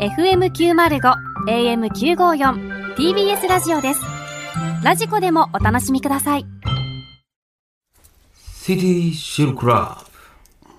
FM905 AM954 TBS ラジオですラジコでもお楽しみくださいシティシルクラブ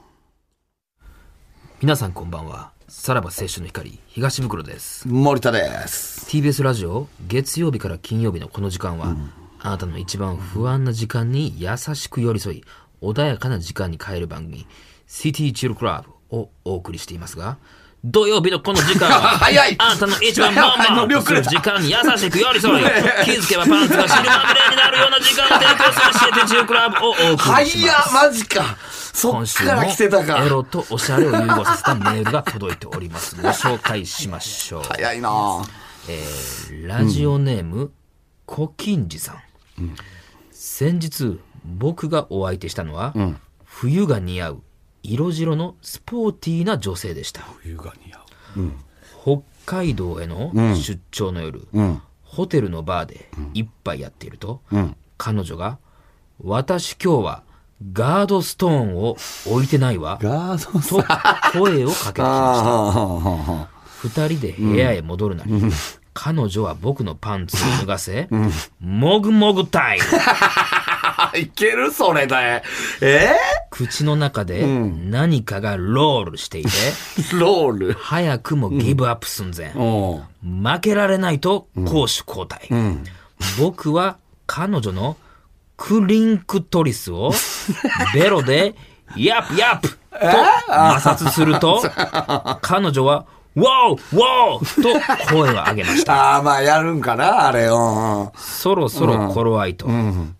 皆さんこんばんはさらば青春の光東袋です森田です。 TBS ラジオ月曜日から金曜日のこの時間は、あなたの一番不安な時間に優しく寄り添い穏やかな時間に変える番組「シティチルクラブ」をお送りしていますが土曜日のこの時間 早いあなたの一番バンバンとする時間に優しく寄り添い気づけばパンツが汁まみれになるような時間を提供するシティチルクラブをお送りしまはいすや、マジか。そ今っ週から来てたもエか。ロとおしゃれを融合させたメールが届いております。ご紹介しましょう。早いなラジオネーム、コキンジさん。先日、僕がお相手したのは、冬が似合う色白のスポーティーな女性でした。冬が似合う。北海道への出張の夜、ホテルのバーで一杯やっていると、彼女が、私今日はガードストーンを置いてないわ。ガードさん。と声をかけてきました。あ二人で部屋へ戻るなり、彼女は僕のパンツを脱がせ、もぐもぐタイムあ、いけるそれだよ。え口の中で何かがロールしていて、ーロール。早くもギブアップ寸前。おう負けられないと攻守交代。僕は彼女のクリンクトリスをベロでヤップヤップと摩擦すると、彼女はワオワオと声を上げました。ああ、まあやるんかな、あれ。うんうんそろそろ頃合いと、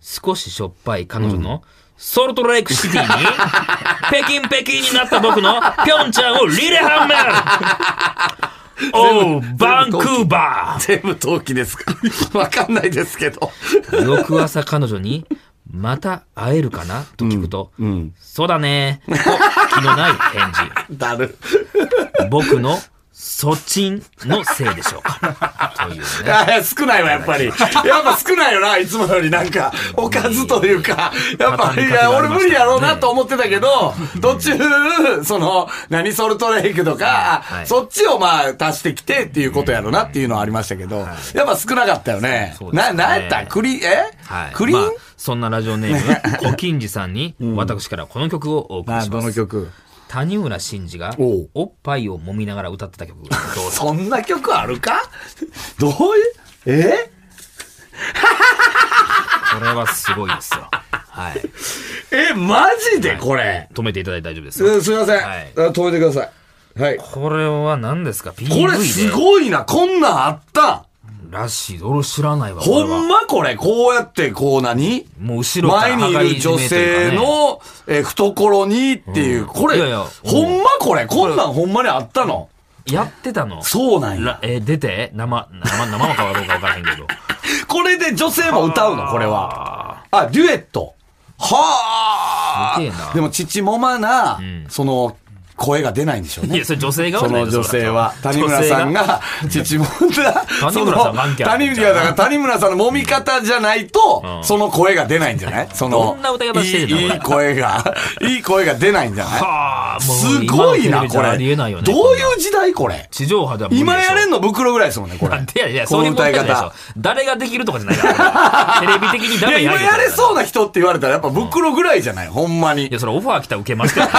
少ししょっぱい彼女の、ソルトレイクシティに、 北京北京になった僕のピョンチャンをリレハンメン おう、バンクーバ全部陶器ですか わかんないですけど。ー翌朝彼女に、また会えるかなと聞くと、そうだねと気のない返事。だる。僕の、そちんのせいでしょうか。というね。あ少ないわ、やっぱり。やっぱ少ないよな、いつもよりなんか、おかずというか、やっぱ、いや、俺無理やろうなと思ってたけど、途中、その、何ソルトレイクとか、はいそっちをまあ足してきてっていうことやろなっていうのはありましたけど、やっぱ少なかったよね。そうですな、ねなんやったクリ、え、はい、クリーン、まあ、そんなラジオネー ム、コキンジさんに、私からこの曲をお送りします。曲谷村新司がおうおっぱいを揉みながら歌ってた曲どう ぞそんな曲あるかどういう、えこれはすごいですよはいえ、マジでこれ、止めていただいて大丈夫ですようんすいません。はいあ止めてください。はい。これは何ですか PV でこれすごいな、こんなんあったらしい俺知らないわこれほはんまこれ、こうやってこう何もう後ろか前らにいる女性の、えー懐にっていう、これ、いやいやほんまこれ、こんなんほんまにあったのやってたのそうなんや。らえー出て生生生のかどうか分からへんけどこれで女性も歌うの、これは。あ、デュエット。はすげえなあでも、父もまな、その、声が出ないんでしょうねい。やそれ女性側そじゃないのです女か性は、それ谷村さんが、父もだ、谷村さんなんてやそのる谷んいちゃやうだから谷村さんの揉み方じゃないと、うんその声が出ないんじゃないその、どんな歌い方してんのいこいいい声が、 いい声が出ないんじゃ ないはあもうすごい今のテレな、ビじこゃれ。ありえないよねどういう時代これ。地上波では無理でしょ今やれんの袋ぐらいですもんね、これ。いやいや、こそういのう問題歌いじゃないでし方ょ。。誰ができるとかじゃない から。テレビ的にい や、誰今がやれそうな。な人って言われたら、やっぱ袋ぐらいじゃない、ほんまにいや、。それオファー来たら受けますけどね。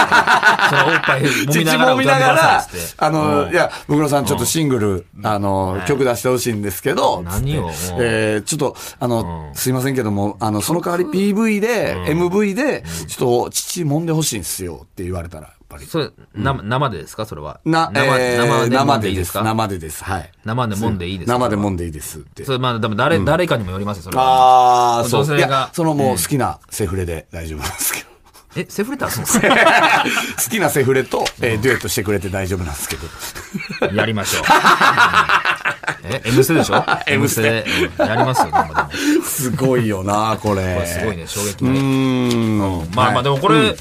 それおっぱい揉父みながらも歌ってく見なだがさいらっつって、。あの、いや、ブクロさんちょうっとんシングル、あの、曲出してほしいんですけど、つって何をえーちょっと、あのう、んすいませんけども、あの、その代わり PV で、MV で、ちょっと、父揉んでほしいんすよって言われたら、やっぱり。それ、な生でですかそれは。な、生えー生生ででいいでですす。か生でです。はい。生で揉んでいいですか生で揉んでいいですってそ。れ、まあ、でも誰、誰かにもよりますよ、それは。あー、そ女性う。がいや、そのもう好きなセフレで大丈夫なんですけど。 え、セフレターすんですか好きなセフレと、えーデュエットしてくれて大丈夫なんですけど。 やりましょう。え、M ステで しょ M ステ。うんやりますよ、生でも。すごいよな、これ。これすごいね、衝撃うの。ーん。まあまあでもこれ、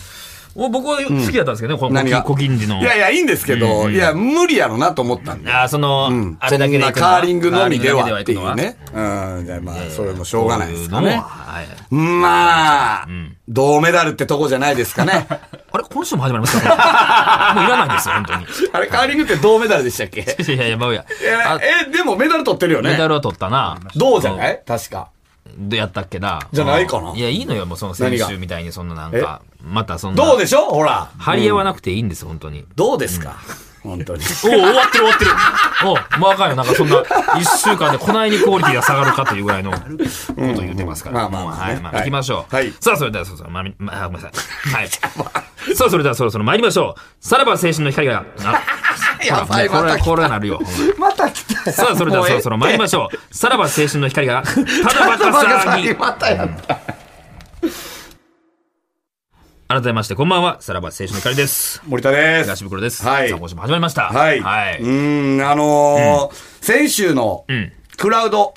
お僕は好きだったんですけどね、この何が小金次の。いやいや、いいんですけど、いや、無理やろなと思ったんで。あーその、うんあれだけでそ行んくなのカーリングのみではカーリングだってけいでは行うくのはね。うん。じゃあまあ、それもしょうがないですかこういうのねは。はいまあ、銅メダルってとこじゃないです かね。あれこの人も始まります かもういらないですよ、本当に。あれ、カーリングって銅メダルでしたっけいやいやいや、まあいいや。あえ、でもメダル取ってるよメねダ。ルは取ったな。銅じゃない確か。でやったっけな。じゃないかなうんいや、いいのよ、もうその選何手がみたいに、そんななんか、またそんな。銅でしょほら。張り合わなくていいんです、本当に。どうですか本当に。おお、終わってる終わってる。おもうあかんよ。なんかそんな、一週間でこないにクオリティが下がるかというぐらいのこと言ってますから。うんまあまあまあもうねはい、まあ、はい行きましょう。はいさあ、それでは、そうそう、まあ、まあ、ごめんなさい。 はい。さあ、それではそろそろ参りましょう。さらば青春の光が、あ やばいこれまたは、来たこれはなるよ。ほん ままた来 たさあ、それではそろそろ参りましょう。さらば青春の光が、ただバカ騒ぎ。またやった。改めまして、こんばんは。さらば青春の光です。森田です。東袋です。はいさあ、今週も始まりました。はい。はい。うーん、あのー先週のんクラウド、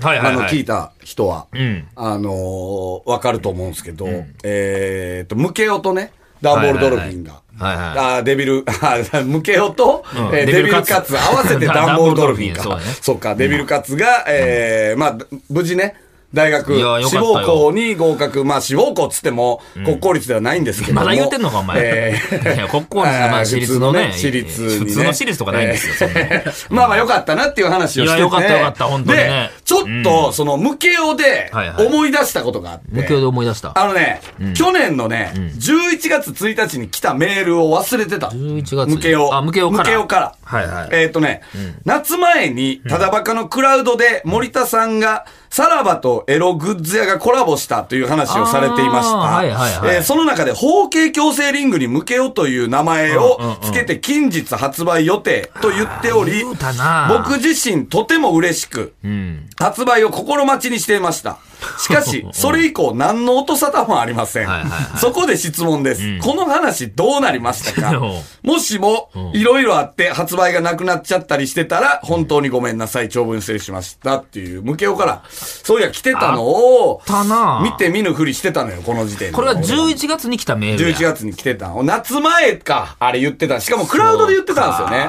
はいはあいの、は聞いい。た人は、んあのーわかると思うんですけど、えっと、ムケオとね、ダンボールドルフィンが。はいはいはいはいはいあーデビル、あームケオと、うんえーデデビビルルカカツツ、合わせてダンボールドルフィンか。 ダンボールドルフィンそうだねそっか、デビルカツが、えーまあ、無事ね、大学、いやよかっ志たよ望校に合格、まあ、志望校っつっても、国公立ではないんですけども。まだ言うてんのかお前えーいや国公立まあー私立のね普通の私立にね普通の私立とかないんですよそ んなのえーまあまあ、よかったなっていう話いをしてて。やよかったよかった本当にねでちょっと、その、ムケオではいはい思い出したことがあって。無形で思い出した。あのね、去年のね、11月1日に来たメールを忘れてた。 11月向けを。あ、無形から。向けをから。はいはい。えっ、とね、夏前に、ただバカのクラウドで森田さんが、さらばとエログッズ屋がコラボしたという話をされていました。あーはいはいはいえーその中で、包茎矯正リングに向けよという名前をつけて近日発売予定と言っており、言うたな僕自身とても嬉しく、うん。発売を心待ちにしていました。し かし、それ以降何の音沙汰もありませんはいはいは。そこで質問です。この話どうなりました おうかもしも、いろいろあって発売がなくなっちゃったりしてたら、本当にごめんなさい、長文失礼しましたっていう、向けようから、そういや来てたのを、たな見て見ぬふりしてたのよ、この時点で。これは11月に来たメールや。 11月に来てたの夏前か、あれ言ってた。しかもクラウドで言ってたんですよね。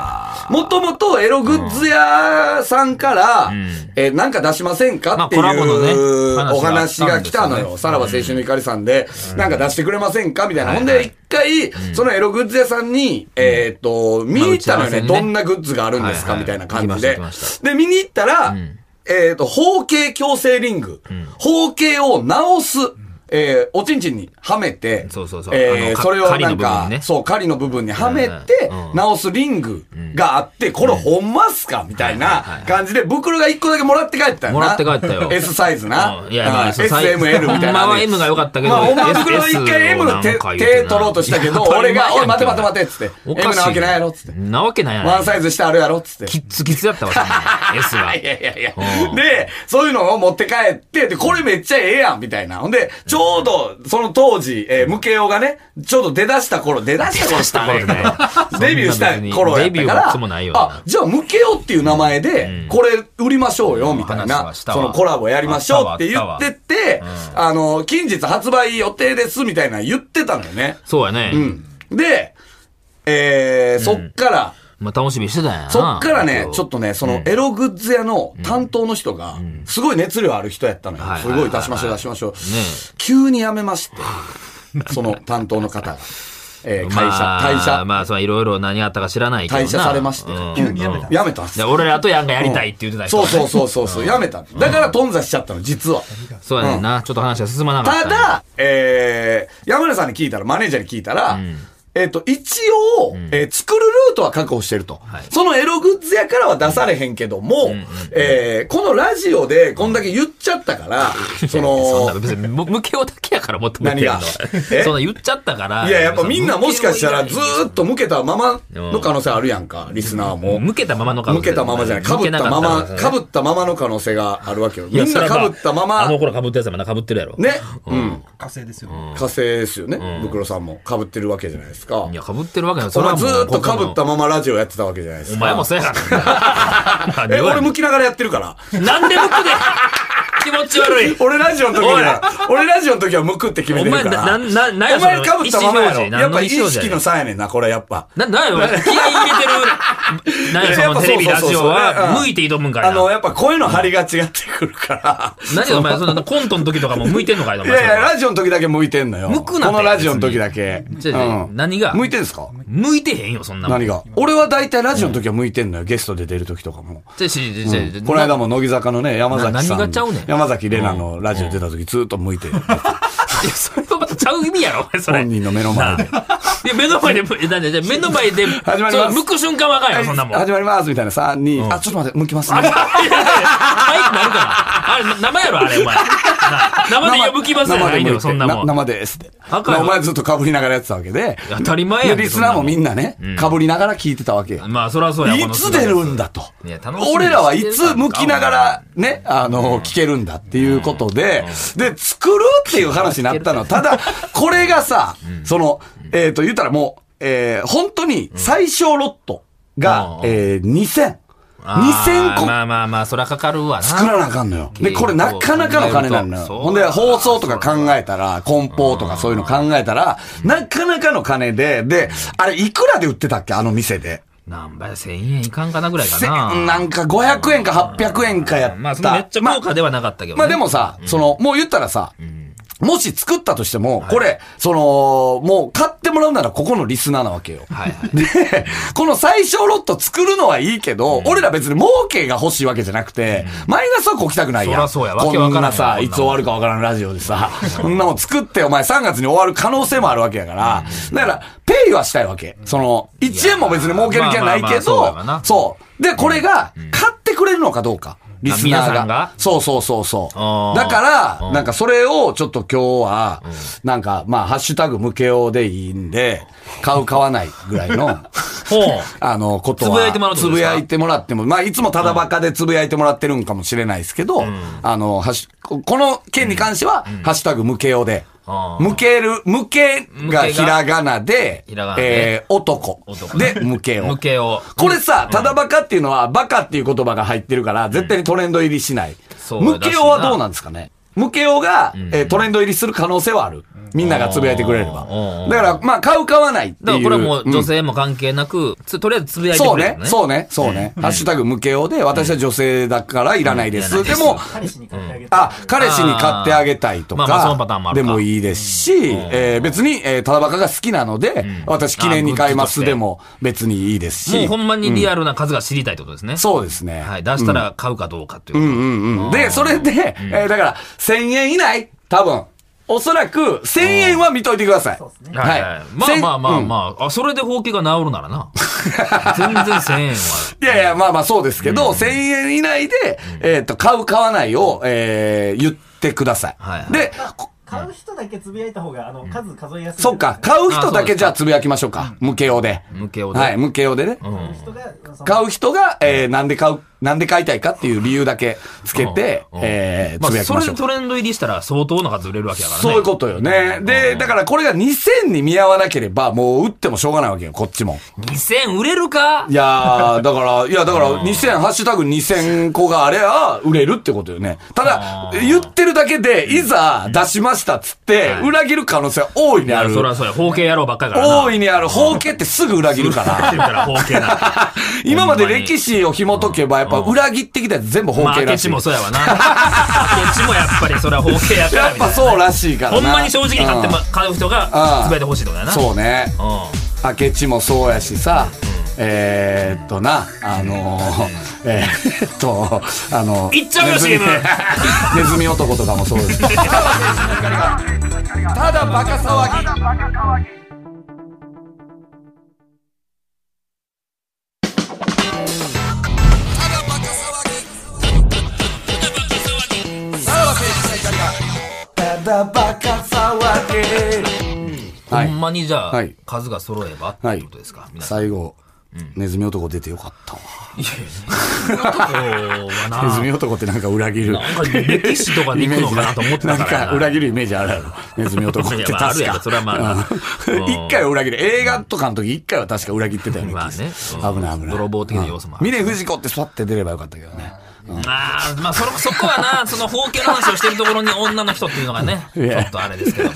もともとエログッズ屋さんから、えーなんか出しませんまあかっていコラボのねう話があったんですよねお話が来たのよ。さらば青春の怒りさんで、なんか出してくれませんかみたいな。ほんはいはでい一回、そのエログッズ屋さんに、えっと、見に行ったのよね。まあ打ち合わせにねどんなグッズがあるんですはいかはいみたいな感じ行できました行きまし。で、見に行ったら、えっと、包茎矯正リング。包茎を直す。えーおちんちんにはめて、そうそうそうあのえーかそれをなん狩りの部分かにね、そう、狩りの部分にはめてうんうん、直すリングがあって、これほんまっすかみたいはいなはいはい感じで、袋が1個だけもらって帰ったよな。もらって帰ったよ S サイズなう。んいや、まうあ、ん S サイズ SML みたいな。ほんまは M が良かったけど、まあ、お前 S 袋一回 M の手、手取ろうとした けど、俺が、おい、待て待て待て、っつって。お M かしいなわけないやろ、っつって。なわけないやろ。ワンサイズ下あるやろ、っつって。キッツキツだったわ、そん な S が。いやいやいやうん。で、そういうのを持って帰って、で、これめっちゃええやん、みたいな。ほんで、ちょうど、その当時、えー、ムケオがね、ちょうど出だした頃、出だした頃ってあれ出だした頃ね デビューした頃やっデビたュかーもらつもない、よなあ、じゃあムケオっていう名前で、これ売りましょうよ、みたい話はな。しそたわのコラボやりましょうって言ってて、あの、近日発売予定です、みたいな言ってたのよね。そうやね。うん。で、えー、そっから、まあ、楽しみにしてたんやな。そっからね、ちょっとね、そのエログッズ屋の担当の人が、すごい熱量ある人やったのよはい。はいすはいはいごい出しましょう出しましょうね。急に辞め まして、その担当の方が。えー会社、まあ退社。まあ、そのいろいろ何があったか知らないけどな。退社されましてうん急に辞めた辞めたんですで俺らとやんがやりたいって言ってた人そうがねそうそうそうそう、辞めた。だから頓挫しちゃったの、実は。そうやねんな。ちょっと話が進まなかったたんや。だ、えー、山根さんに聞いたら、マネージャーに聞いたら、えっ、と、一応、えー作るルートは確保してると、いそのエログッズ屋からは出されへんけども、えーこのラジオでこんだけ言っちゃったから、 そそんなの、別にむ無形だけやから求めてるのは何がえそんな言っちゃったからいや、やっぱみんなもしかしたらずーっと向けたままの可能性あるやんか、リスナーも。向けたままの可能向性けたままじゃない。かぶったまま、かぶったままの可能性があるわけよ。みんなかぶったまあまの、頃かぶったやつはまだかぶってるやろね。うん。火星ですよ、火星ですよね。ブクロさんも被ってるわけじゃないですか。いやかぶってるわけないそれはずーっと被っもたままラジオやってたわけじゃないでうすおか。前もそうやからえ、俺なんで向きながらやってるから。向くで気持ち悪い。俺ラジオの時は、俺ラジオの時はむくって決めてるから。お前ななななんやお前それかぶったままや意思表ろ。示何のやっぱ意意思表示識の差やねんな、これやっぱ。な、なんやろ気合い入れてる、なんややそっのぱテレビ、そうラそうそうジオは、向いて挑むんかいあな。の、やっぱ声の張りが違ってくるから。 何お前、そのコントの時とかも向いてんのかいな、おいやいや、前。ラジオの時だけ向いてんのよ。向くなってこのラジオの時だけ。違う違ううん何が向いてんすか向いてへんよ、そんなもん。何が俺は大体ラジオの時は向いてんのよ。ゲストで出る時とかも。ちょちょちょちょこの間も乃木坂のね、山な崎さん。何がちゃうねん山崎玲奈のラジオ出た時ずっと向いてる。いやそれはまたちゃう意味やろ、お前それ。本人の目の前で。いや、目の前で、えなんで、じゃあ目の前で、まりますそう向く瞬間わかんよ、そんなもん。始まりますみたいな。3、2、あ、ちょっと待って、向きますね。いやいやはい、なるから。あれ、な生やろ、あれ、お前。な生で呼ぶ気ますやない向いよ、てそんなも。なん生ですって。赤いまあお前ずっと被りながらやってたわけで。当たり前やで、んけリスナーそんなももんみんなね、被りながら聞いてたわけよ。まあ、そらそうや、こいのつ姿出るんだといや楽しみにしてる。俺らはいつ向きながらね、あの、聞けるんだっていうことで、で、作るっていう話になったの。ただ、これがさ、その、えっと、言ったらもう、えー本当に最小ロットが、うんえー2000。あー2000個まあまあまあ、そらかかるわな。作らなあかんのよ。で、これなかなかの金なんだよ。そうほんで、放送とか考えたら、梱包とかそういうの考えたら、なかなかの金で、で、あれいくらで売ってたっけあの店で。何倍、1000円いかんかなぐらいかせな。なんか500円か800円かやった。まあ、そんなめっちゃまあ高価ではなかったけどね。まあでもさ、その、もう言ったらさ、もし作ったとしても、これ、その、もう買ってもらうならここのリスナーなわけよ。はいはい。で、この最小ロット作るのはいいけど、俺ら別に儲けが欲しいわけじゃなくて、マイナスはこう来たくないやん。そらそうやわけこわかんらんやなんさ、こんなもんいつ終わるかわからんラジオでさ、そんなもん作ってお前3月に終わる可能性もあるわけやから、だから、ペイはしたいわけ。その、1円も別に儲ける気はないいやまあまけあまあそうどだわな、そう。で、これが、買ってくれるのかどうか。リスあ皆ナさーんがが。そうそうそうそう。あーだから、なんかそれをちょっと今日は、なんかまあ、ハッシュタグ無形でいいんで、買う買わないぐらいの、 ほう。あの、ことは。つぶやいてもらうってことつですぶかやいてもらっても、まあ、いつもただバカでつぶやいてもらってるんかもしれないですけど、あの、はし、ここの件に関しては、ハッシュタグ無形であ。ー無形る、無形が無形ひがらがなで、ひらがなでえー、男。男で、無 形を。無形を。これさ、ただバカっていうのは、バカっていう言葉が入ってるから、絶対にトレンド入りしない。そう無形はどうなんですかね無形が、えートレンド入りする可能性はある。みんながつぶやいてくれればうん。だから、まあ、買う買わないっていう。だからこれはもううん女性も関係なく、つとりあえずつぶやいてそくうれるねの、ね。そうね、そうね。ハッシュタグ無形で、私は女性だからいらないです。うんでも、あ、彼氏に買ってあげたいとあーまあまあそのかパターンもあ、るでかもいいですし、えー別に、えー、ただバカが好きなので、私記念に買いまあすーグッズとしてでも別にいいですもうしほ、んまにリアルな数が知りたいってことですね。そうですね。はい。出したら買うかどうかっていう。うんうんうん。で、それで、えーだから、1000円以内多分。おそらく、1000円は見といてください。はいはい。まあまあまあまあ、あ、それで放棄が治るならな。 全然1000円は。いやいや、まあまあそうですけど、1000円以内で、えっと、買う、買わないを、えー言ってくださはいはいい。で、買う人だけつぶやいた方が、あの、数数えやすい。そっか、買う人だけじゃあつぶやきましょうか。無形で。無形ではい、無形でね。買う人が、その買う人が、えーなんで買う、なんで買いたいかっていう理由だけつけて、うんえーまあつぶ、やきそまれしでょう。トレンド入りしたら相当な数売れるわけやからね。そういうことよね。で、だからこれが2000に見合わなければ、もう打ってもしょうがないわけよ、こっ ちも。 2000売れるかいやー、だから、いや、だから、2000、ハッシュタグ2000個があれば、売れるってことよね。ただ、言ってるだけで、いざ出しましたっつって、裏切る可能性は大いにあある。そらそうや。包茎野郎ばっかりからな。大いにある。包茎ってすぐ裏切 るかだら。から包茎な。 今まで歴史を紐解けば、やっぱ裏切ってきたやつ全部包まあ、茎明らし智い。もそうやわな。明智もやっぱりそれは包茎やからやっみたぱいな。そうらしいからほな。んまに正直に買っても買う人がうんつぶやいてほしいってことやな。そうね。うん。明智もそうやしさ、えー、っとな、あ のー、えー、っと、あのいっちゃうよネズミ CM ネズミ男とかもそうです。ただバカ騒ぎ。ただバカ騒ぎ。はほんい。まにじゃあ、はい数が揃えばってはいいうことですか、皆さん。最後、ネズミ男出てよかったわ。そうは ネズな。ミ男ってなんか裏切る。なんか歴史とかに行くのかなと思ってたから なんか裏切るイメージあるやろ。ネズミ男って いや確まああるやかろ。それはまあうんうん 一回は裏切る。映画とかの時一回は確か裏切ってたよね。まあね危ない危ない。泥棒的な要素もある峰不二子ってスパッて出ればよかったけどね。まあ、まあ、そのそこはな、その包茎の話をしてるところに女の人っていうのが ね、ちょっとあれですけども。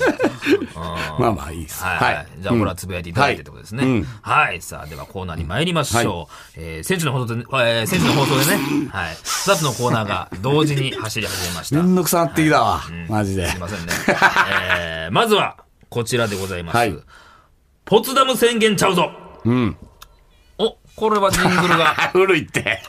まあまあいいです。はい、はい。じゃあ、これはつぶやいていただいてってことですね。うはい。んさあ、ではコーナーに参りましょう。えー、選手の放送で、えー、選手の放送でね、はい。2つのコーナーが同時に走り始めました。めんどくさなってきたわ。マジで。すいませんね。えー、まずは、こちらでございます。はいポツダム宣言ちゃうぞ。んお、これはジングルが。あ古いって。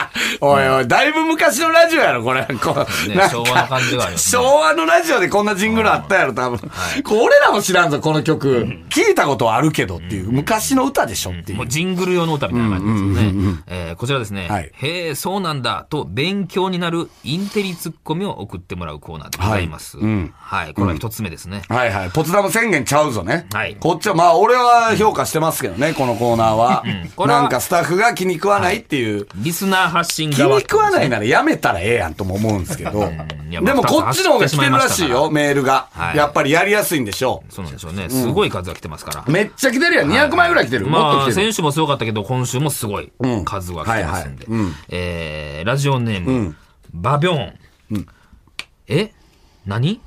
おいおい、だいぶ昔のラジオやろ、これ。こう ねなんか昭和の感じがあるよね昭和のラジオでこんなジングルあったやろ、多分。こう俺らも知らんぞ、この曲。聞いたことはあるけどっていう、昔の歌でしょっていもうう。ジングル用の歌みたいな感じですよね。えーこちらですね、はいへえ、そうなんだと勉強になるインテリツッコミを送ってもらうコーナーでございます。はいうんはいこれは一つ目ですね。はいはい。ポツダム宣言ちゃうぞね。はいこっちは、まあ俺は評価してますけどね、このコーナーはんこ。れはなんかスタッフが気に食わないっていう。リスナー発信気側。に食わないならやめたらええやんとも思うんですけど。んいでやもこっちの方が来てるらしいよ、メールがは。いやっぱりやりやすいんでしょそうなんでしょうね。すごい数が来てますから。う。めっちゃ来てるやん。200枚ぐらい来てる。もっまとあ、来てる先。週もすごかったけど、今週もすごいうん数が来てますんで。はいはいうんえー、ラジオネーム、うんバビョン。え何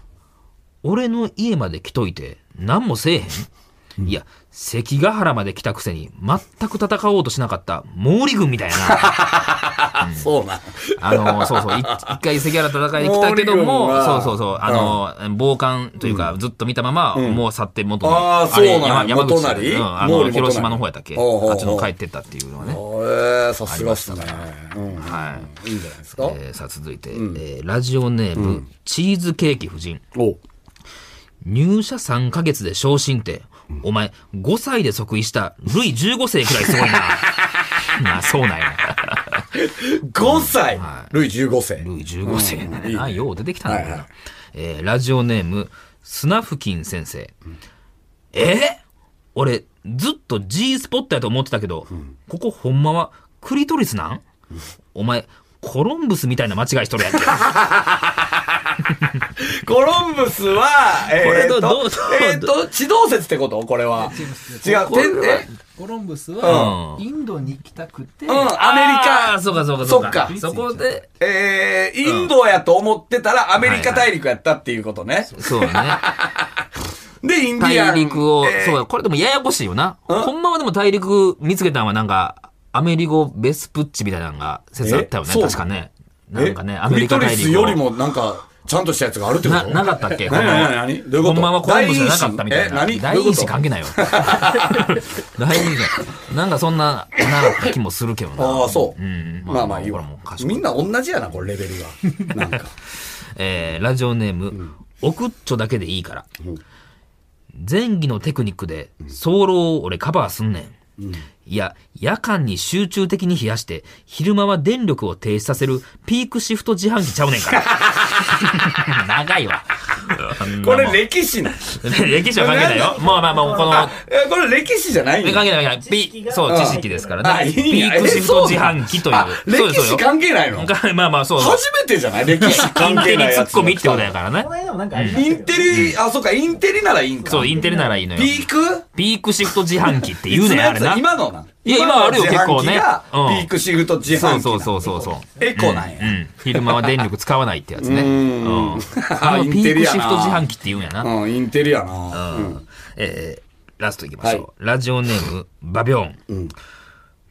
俺の家まで来といて、何もせえへんいや、関ヶ原まで来たくせに、全く戦おうとしなかった毛利軍みたいな。そうなん。あの、そうそう、い一回関原戦いに来たけど毛利軍も、そはうそうそう、あの、傍観というか、ずっと見たまま、もう去って元の、あーれそうな山んや山口元成うんあ毛利の、元成広島の方やったっけほうほうほうあっちの方帰ってったっていうのはね。ええ、さすがっすね。うんはい。いいんじゃないですか。えーさあ続いて、えーラジオネーム、チーズケーキ夫人。お入社3ヶ月で昇進って、お前、5歳で即位した、ルイ15世くらいすごい な。まあ、そうなんや。 5歳ルイ15世。ルイ15世だね。あ、よう出てきたんだけどはいはな。えーラジオネーム、スナフキン先生。えー俺、ずっと G スポットやと思ってたけど、ここほんまはクリトリスなんお前、コロンブスみたいな間違いしとるや んけ。コロンブスは、こえれーどうどとうどう、えーと、地動説ってことこれは。違う。てんえコロンブスはうインドに行きたくて、うん、アメあーリカ。そうかそうかそうか。そっかそこで、えー、インドやと思ってたらアメリカ大陸やったっていうことね。そうね。 で、インディアン。大陸を、えーそうだこれでもややこしいよな。ほんまはでも大陸見つけたんはなんか、アメリゴベスプッチみたいなのが説あったよね。えそう確かね。なんかね、えアメリカクリ大トリス陸よをり。もなんか、ちゃんとしたやつがあるってこな、となかったっけ何何何どういうこほとんまはコロンブスじゃなかったみたいな。大陰唇え何大どうい陰うこと子関係ないよ。 大陰子。なんかそんな、なんか気もするけどな。ああ、そう。んまあまあいいわほらもう。賢いみんな同じやな、これレベルが。 なんか。えーラジオネーム、おくっちょだけでいいから。前儀のテクニックで、早漏を俺カバーすんねん。いや、夜間に集中的に冷やして、昼間は電力を停止させるピークシフト自販機ちゃうねん から。長いわ。これ歴史なん。歴史は関係ないよ。まあまあまあ、こあの、、えこれ歴史じゃないんえや関係ない関係ない。知識ピがそう、うん知識ですからあいね。いんピやークシフト自販機というあ。そうで歴すそ史うよ関係ないの まあまあ、そうそう。初めてじゃない歴史イ関ン係テリないツやッつ。コミってことやからねこの。間もなんかありまイしたンけどテリ、あ、そうか、インテリならいいんか。そう、インテリならいいのよ。ピークピークシフト自販機ってい言うつねん、のあやれつな。今のなん。いや今あるよ今の自販機が結構ねうんピークシフト自販機そな。うんそうそうそうそう。エコなんうや。ん。昼間は電力使わないってやつね。うん。 あのインピテーリクやなシフト自販機って言うんやな。うん、インテリやな。うん。えー、ラストいきましょう。ラジオネー ム、バビョン。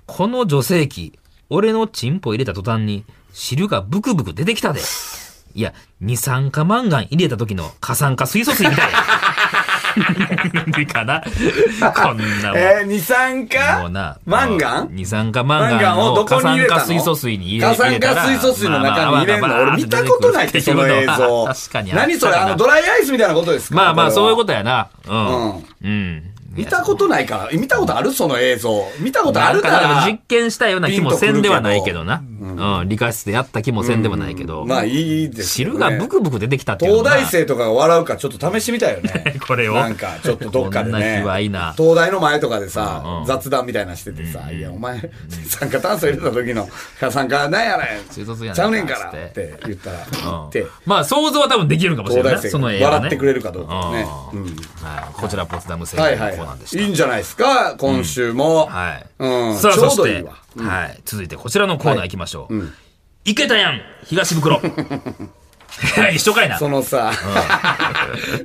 この女性器、俺のチンポ入れた途端に汁がブクブク出てきたで。いや、二酸化マンガン入れた時の過酸化水素水みたいや。かな。こんなもん。えー、二酸もうな化、マンガン二酸化マンマンガガンンををどこに過入酸れたの化水素水に入れ火入酸れた化ら水素水の中に入れるの、まあまあ俺見たことないって、その映 像。確かに。何それ、あの、ドラライアイスみたいなことですかまあまあ、そういうこことやな。うん。うん。見たことないから、見たことあるその映像。見たことあるかからら実。験したような気もせんではないけどな。うん。理科室でやった気もせんではないけど。まあいいですよ汁ね。がブクブク出てきたっていう東のは。大生とかが笑うからちょっと試してみたいよね 。これをなんか、ちょっとどっかでこんなね日はいいな。東大の前とかでさ、うんうん雑談みたいなしててさ、いや、お前、酸化炭素入れた時の、酸化なんやね中卒やん。なちゃうねんからつってって言ったら、うん言って、まあ、想像は多分できるかもしれな東いな。大生その映が画ね。笑ってくれるかどうかね。ううんんはいこちら、ポツダム戦は略いのはコいーナはーでしい。たいい。んじゃないですか、今週も。はい。うんさあ、ちょうどそしていいわはい。続いて、こちらのコーナー行きましょう。いけたやん東 袋一緒 かいなそのさ、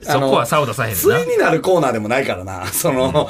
そこはサウダさへんついになるコーナーでもないからな。その、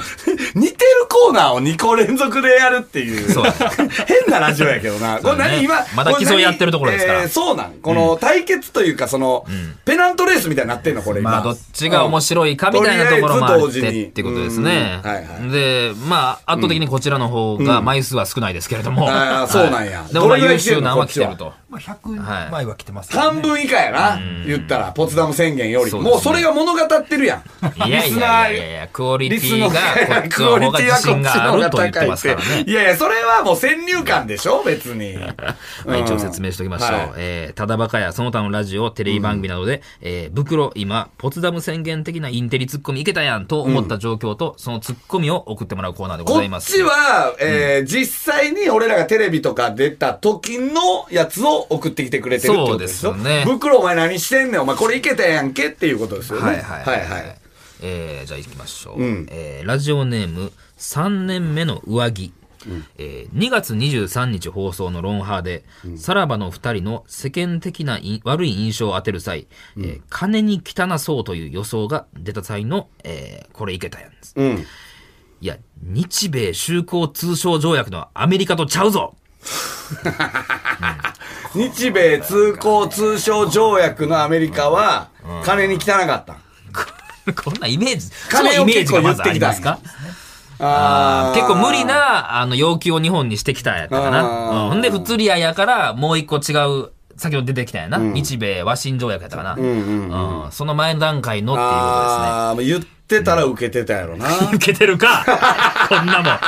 似てるコーナーを2個連続でやるっていう。そう 変なラジオやけどな。こそうれだね何今、まだこれ何競い合ってるところですからえーそうなん。この対決というか、その、ペナントレースみたいになってんの、これ今。まあどっちが面白いかみたいなところもあってってことですねうんはいはい。で、まあ圧倒的にこちらの方が枚数は少ないですけれども。ああそうなんやはいでもまあどれぐら優い来て秀るのな案は来てると。まあ、100枚は来てますけど半分以下やな。言ったら、ポツダム宣言より。そうですねもうそれが物語ってるやん。いやいリスやナいーやいや、クオリテリスィのがこっちの方が自信があると言ってますからね。いやいや、それはもう先入観でしょ別に。 まあ、一応説明しておきましょう。はいえーただバカやその他のラジオ、テレビ番組などで、えー袋、今、ポツダム宣言的なインテリツッコミいけたやんと思った状況と、そのツッコミを送ってもらうコーナーでごこざいまっす。ちは、えー実際に俺らがテレビとか出た時のやつを送ってきてくれてるってことでしそうょですよね袋お前何してんねん。お前これいけたやんけっていうことですよね。はいはいはいはい。はいえーじゃあ行きましょう、うんえーラジオネーム3年目の上着、えー2月23日放送の「ロンハーで」さらばの2人の世間的ない悪い印象を当てる際、えー金に汚そうという予想が出た際の、えーこれいけたやんですうん。いや日米修好通商条約のアメリカとちゃうぞ 日米通行通商条約のアメリカは、金に汚かった。こんなイメージその金イをメー結ジ構が言まっずてあきりたんまやすかあー結構無理。なあの要求を日本にしてきたんやったかな。あーうんほんで、不釣り合いやから、もう一個違う、先ほど出てきたんやな。日米和親条約やったかな。うんその前の段階のっていうこああ、言ってたら受けてたやろな。とですね。受けてるかこんな もん。うん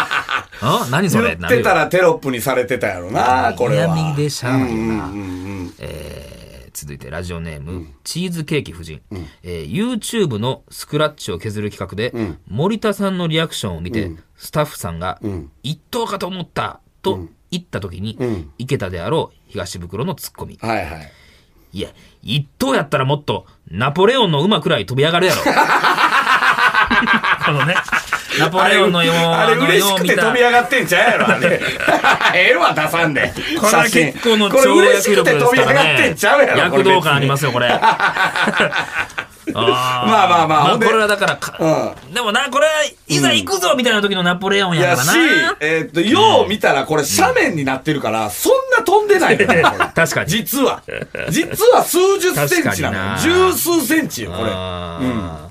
何それ言ってたらテロップにされてたやろな、これは。闇でしゃあないよな。うんうんえー続いてラジオネーム、チーズケーキ夫人、えー YouTube のスクラッチを削る企画で、森田さんのリアクションを見て、スタッフさんが、一等かと思ったと言った時に、池田であろう東袋のツッコミ。はいはい。いや、一等やったらもっとナポレオンの馬くらい飛び上がるや ろ。このね、ナポレオンのようあれあの嬉しくてよう見た飛び上がってんちゃうやろ、あれ。 ええわ、出さんで。これは写真結構のこれ跳嬉し躍力くてで飛すびから上がってねんちゃうや。ろ、。躍動感ありますすよ、これ。あーまあまあままあほあ、んでこれはだからか、でもな、これはいざ行くぞみたいな時のナポレオンいややからしな。、えーっと、よう見たらこれ斜面になってるから、そんな飛んでないのよ、これ 確かに実は。実は数十センチなのよ。確かにな十数センチよ、これ。あー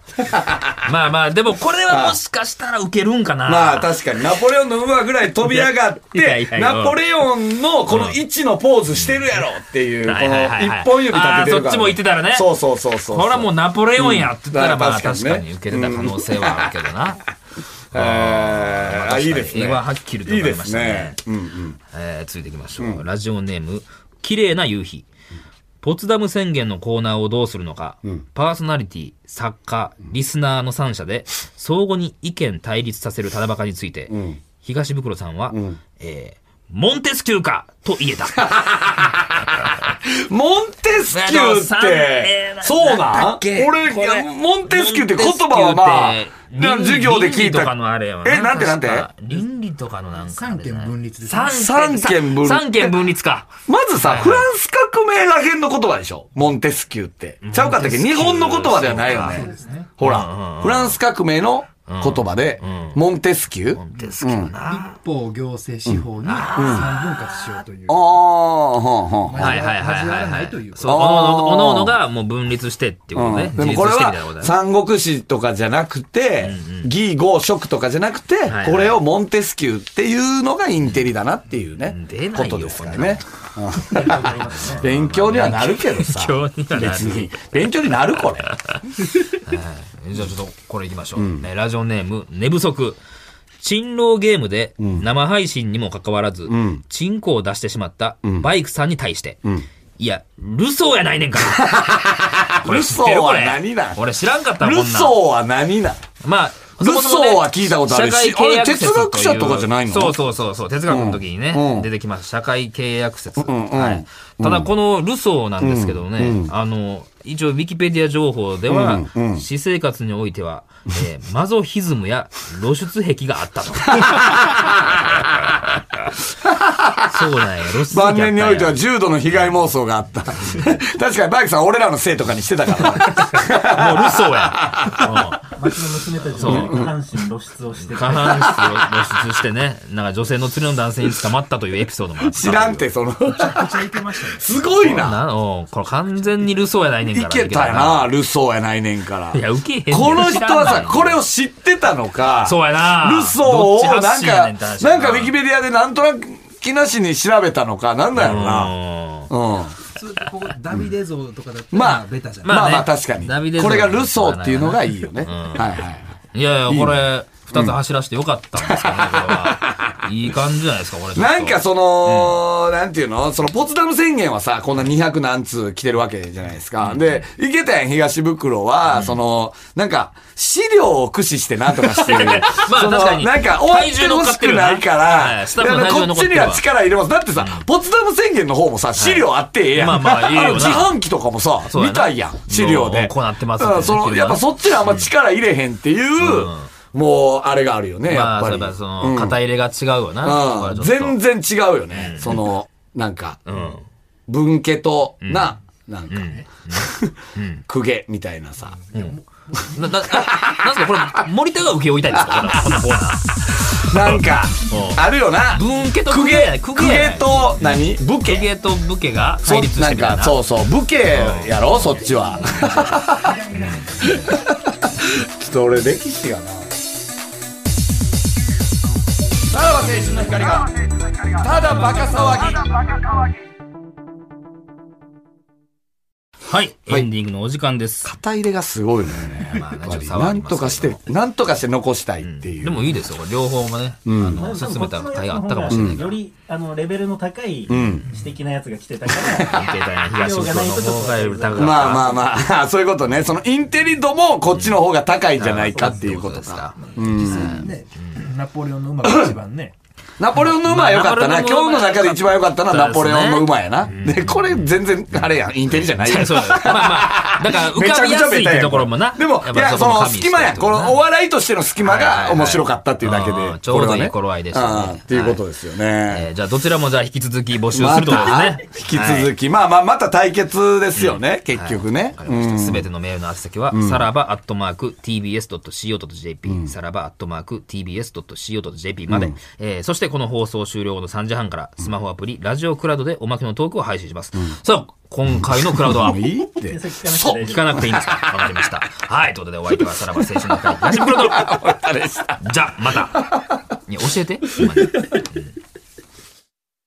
まあまあ、でもこれはもしかしたら受けるんかな。まあ確かにナポレオンの馬ぐらい飛び上がっ いやいやていや、ナポレオンのこの位置のポーズしてるやろっていう、このはいはいはい一はい本指立ててるからねあーそっちも言ってたらねそうそうそうそう。これはもうナポレオンやって言ったら、うんまあ確かに確ねかに受けてた可能性はあるけどな。えーあ、いいですね。絵ははっきりと分かりましたねいいですね。うんうん。えー続いていきましょう、ラジオネーム綺麗な夕日ポツダム宣言のコーナーをどうするのか、パーソナリティ作家リスナーの3者で相互に意見対立させるただバカについて、東袋さんは、えーモンテスキューかと言えた。モンテスキューっいやで ても、そうなんだなっんけ俺これいやモンテスキューって言葉はまあモンテスキューっ、てなんか授業で聞倫理いとた。かのあれやわなえなんてなんて確か倫理とかのなんかあれじゃない。三権分立です三三権分立三権分立か。まずさ、フランス革命らへんの言葉でしょモンテスキューって。ちゃうかったっけモンテス日キュー本の言葉ではないよそうねで。ですね。ほうんうんうらん、フランス革命の言葉で、モンテスキューモンテスキューな。一方行政司法に三分割しようという。ああ、ほんほんほん。はいはいはい交わはらい、ないということそう、おのおのおのおのがもう分立してっていうことね。でもこれ自立してみたいなことは、だね三国志とかじゃなくて、義合色とかじゃなくてはい、これをモンテスキューっていうのがインテリだなっていうねうん出、こないよとですからね。うん 勉強にはなるけどさ。勉強にはなる別に。勉強になるこれ。じゃあちょっとこれいきましょう。えーラジオネーム、寝不足。珍労ゲームで生配信にもかかわらず、チンコを出してしまったバイクさんに対して、いや、ルソーやないねん から。これ知ってるルソーはこれ何なん俺知らんかったわこルんなん。ソーは何なまあ、ルソーは聞いたことあるし社会契約説あれ哲学者とかじゃないのそうそうそうそう、哲学の時にね、うんうん出てきました。社会契約説。んうんはい、ただ、このルソーなんですけどね、あの、一応、ウィキペディア情報では、私生活においては、え ーマゾヒズムや露出癖があったと。そそうなんや。ロス晩年においてはや重度の被害妄想が あった。確かにバイクさん俺らのせいとかにしてた から。もうルソーや。うん町の娘たちそうに下半身露出をして下半身を露出してね、なんか女性の釣りの男性に捕まったというエピソードもあった知らんて、その。めっちゃいけましたね。すごいな。なうんこれ完全にルソーやないねんいから。けたな、ルソーやないねんから。いや、ウケへんねんこの人知はらんさ、ねんこれを知ってたのか、そうやなルソーをなんか、なんかウィキベペディアでなんとなく気なしに調べたのか、なんだろうな。うん。普通ここダビデ像とかだったまあら、ベタじゃん。ままああねまあ確かに。ダビデ像これがルソーっていうのがいいよね。はいはい。いやいや、これ、二つ走らせてよかったんですけどね、これは。いい感じじゃないですか、これちょっと。なんかその、なんていうのそのポツダム宣言はさ、こんな200何通来てるわけじゃないですか。で、池谷東袋は、その、なんか、資料を駆使してなんとかしてる。ま まあ確かになんか、終わってほしくないかはら、いスタッフのいや体重こ残っっちてにるわは力入れます。だってさ、ポツダム宣言の方もさ、資料あってええやん。まあまあいいよなの自販機とかもさ、そうや見なたいやん。資料もで。うこうなってますだねからそ資料の、なやっぱそっちにあんま力入れへんっていう、もう、あれがあるよね、やまっあ、そうぱいりえ。ばそうんの、肩入れが違うわな。うんこれはちょっと全然違うよね。その、なんか、うん。文家と、な、なんか、 公家みたいなさ。な、な、なんすか、これ、森田が請け負いたいんですかこのこのコーナー。なんか、あるよな。文家と公公家やな家い、公公家やな家いと何、武武家。家と武家がそ対立しなてんるようか、な。そうそう、武家やろ、そっちは。 ちょっと俺、歴史がな。さらば青春の光が、ただバカ騒ぎ。はい、はいエンディングのお時間です。肩入れがすごいのよね。まあねやっぱりちょっと騒ぎますけどなんとかして、なんとかして残したいっていう。でもいいですよ、これ両方もね、あの、でも進こめっちたの甲や斐がつあのっ方たかがもしれないけど。よりあのレベルの高いん私的なやつが来てたから、インテリ大東袋の方がより高かったまあまあまあ、そう いうことね。そのインテリ度もこっちの方が高いんじゃないかっていうことか。。実際にね、 ナポレオンの馬が一番ね、ナポレオンの馬は良かったまな。あ今日の中で一番良かったのはナポレオンの馬やな。ですで、これ全然あれやん。インテリじゃないやん。そうだよまあまあ、だから浮めちかゃくびちやすゃベいタってやんところもな。でも、いや、その隙間やん。このおい。笑いとしての隙間はいはいはがい面白かったっていうだけうで。んちょうどいいこれはね頃合いでしたねうんっていうことですよえね。ーじゃあどちらもじゃあ引き続き募集するということですね。引き続き、まあまあ、また対決ですよね。結局ね。すべてのメールの宛先は、さらばアットマーク tbs.co.jp、さらばアットマーク tbs.co.jp まで、えーそしてこの放送終了後の3時半から、スマホアプリ、ラジオクラウドでおまけのトークを配信します。さあ、今回のクラウド は、いいって。それ聞かなく聞かなくて大丈夫ていいんですかわかりました。はい、ということでお相手はさらば青春の会、東袋と。じゃあ、また。いや、教えて。今ねうん